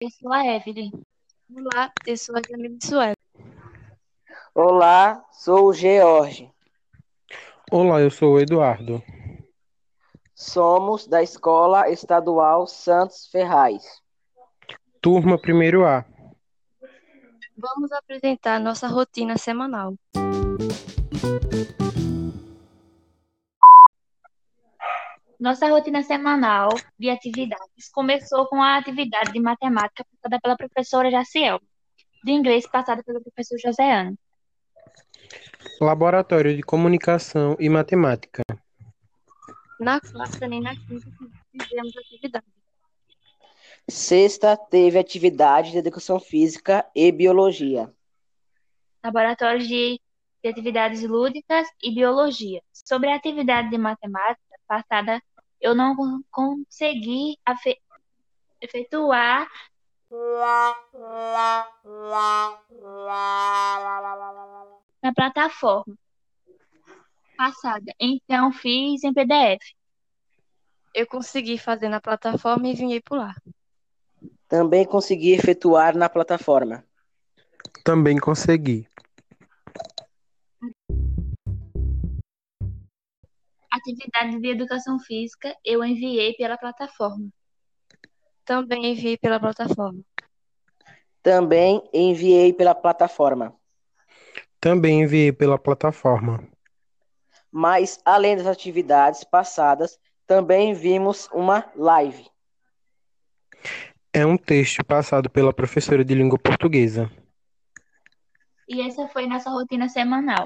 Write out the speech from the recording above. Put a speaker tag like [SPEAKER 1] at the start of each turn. [SPEAKER 1] Eu sou a Evelyn.
[SPEAKER 2] Olá, eu sou a Camila Sué.
[SPEAKER 3] Olá, sou o George.
[SPEAKER 4] Olá, eu sou o Eduardo.
[SPEAKER 3] Somos da Escola Estadual Santos Ferraz.
[SPEAKER 4] Turma 1 A.
[SPEAKER 2] Vamos apresentar nossa rotina semanal.
[SPEAKER 1] Nossa rotina semanal de atividades começou com a atividade de matemática passada pela professora Jaciel, de inglês passada pelo professor Joséano.
[SPEAKER 4] Laboratório de Comunicação e Matemática.
[SPEAKER 2] Na quarta nem na quinta fizemos atividade.
[SPEAKER 3] Sexta teve atividade de educação física e biologia.
[SPEAKER 1] Laboratórios de, de Atividades Lúdicas e Biologia. Sobre a atividade de matemática passada, eu não con- consegui afe- efetuar na plataforma passada, então fiz em PDF.
[SPEAKER 2] Eu consegui fazer na plataforma e vinhei pular.
[SPEAKER 3] Também consegui efetuar na plataforma.
[SPEAKER 4] Também consegui.
[SPEAKER 1] Atividade de Educação Física eu enviei pela plataforma.
[SPEAKER 2] Também enviei pela plataforma.
[SPEAKER 3] Também enviei pela plataforma.
[SPEAKER 4] Também enviei pela plataforma.
[SPEAKER 3] Mas, além das atividades passadas, também vimos uma live.
[SPEAKER 4] É um texto passado pela professora de língua portuguesa.
[SPEAKER 1] E essa foi nossa rotina semanal.